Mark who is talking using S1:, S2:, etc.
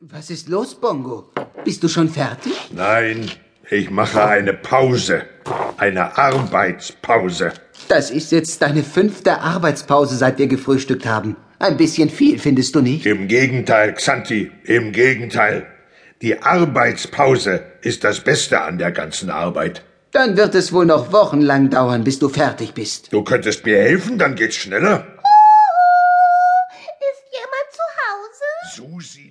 S1: Was ist los, Bongo? Bist du schon fertig?
S2: Nein, ich mache eine Pause. Eine Arbeitspause.
S1: Das ist jetzt deine fünfte Arbeitspause, seit wir gefrühstückt haben. Ein bisschen viel, findest du nicht?
S2: Im Gegenteil, Xanti, im Gegenteil. Die Arbeitspause ist das Beste an der ganzen Arbeit.
S1: Dann wird es wohl noch wochenlang dauern, bis du fertig bist.
S2: Du könntest mir helfen, dann geht's schneller.
S3: Ist jemand zu Hause?
S2: Susi.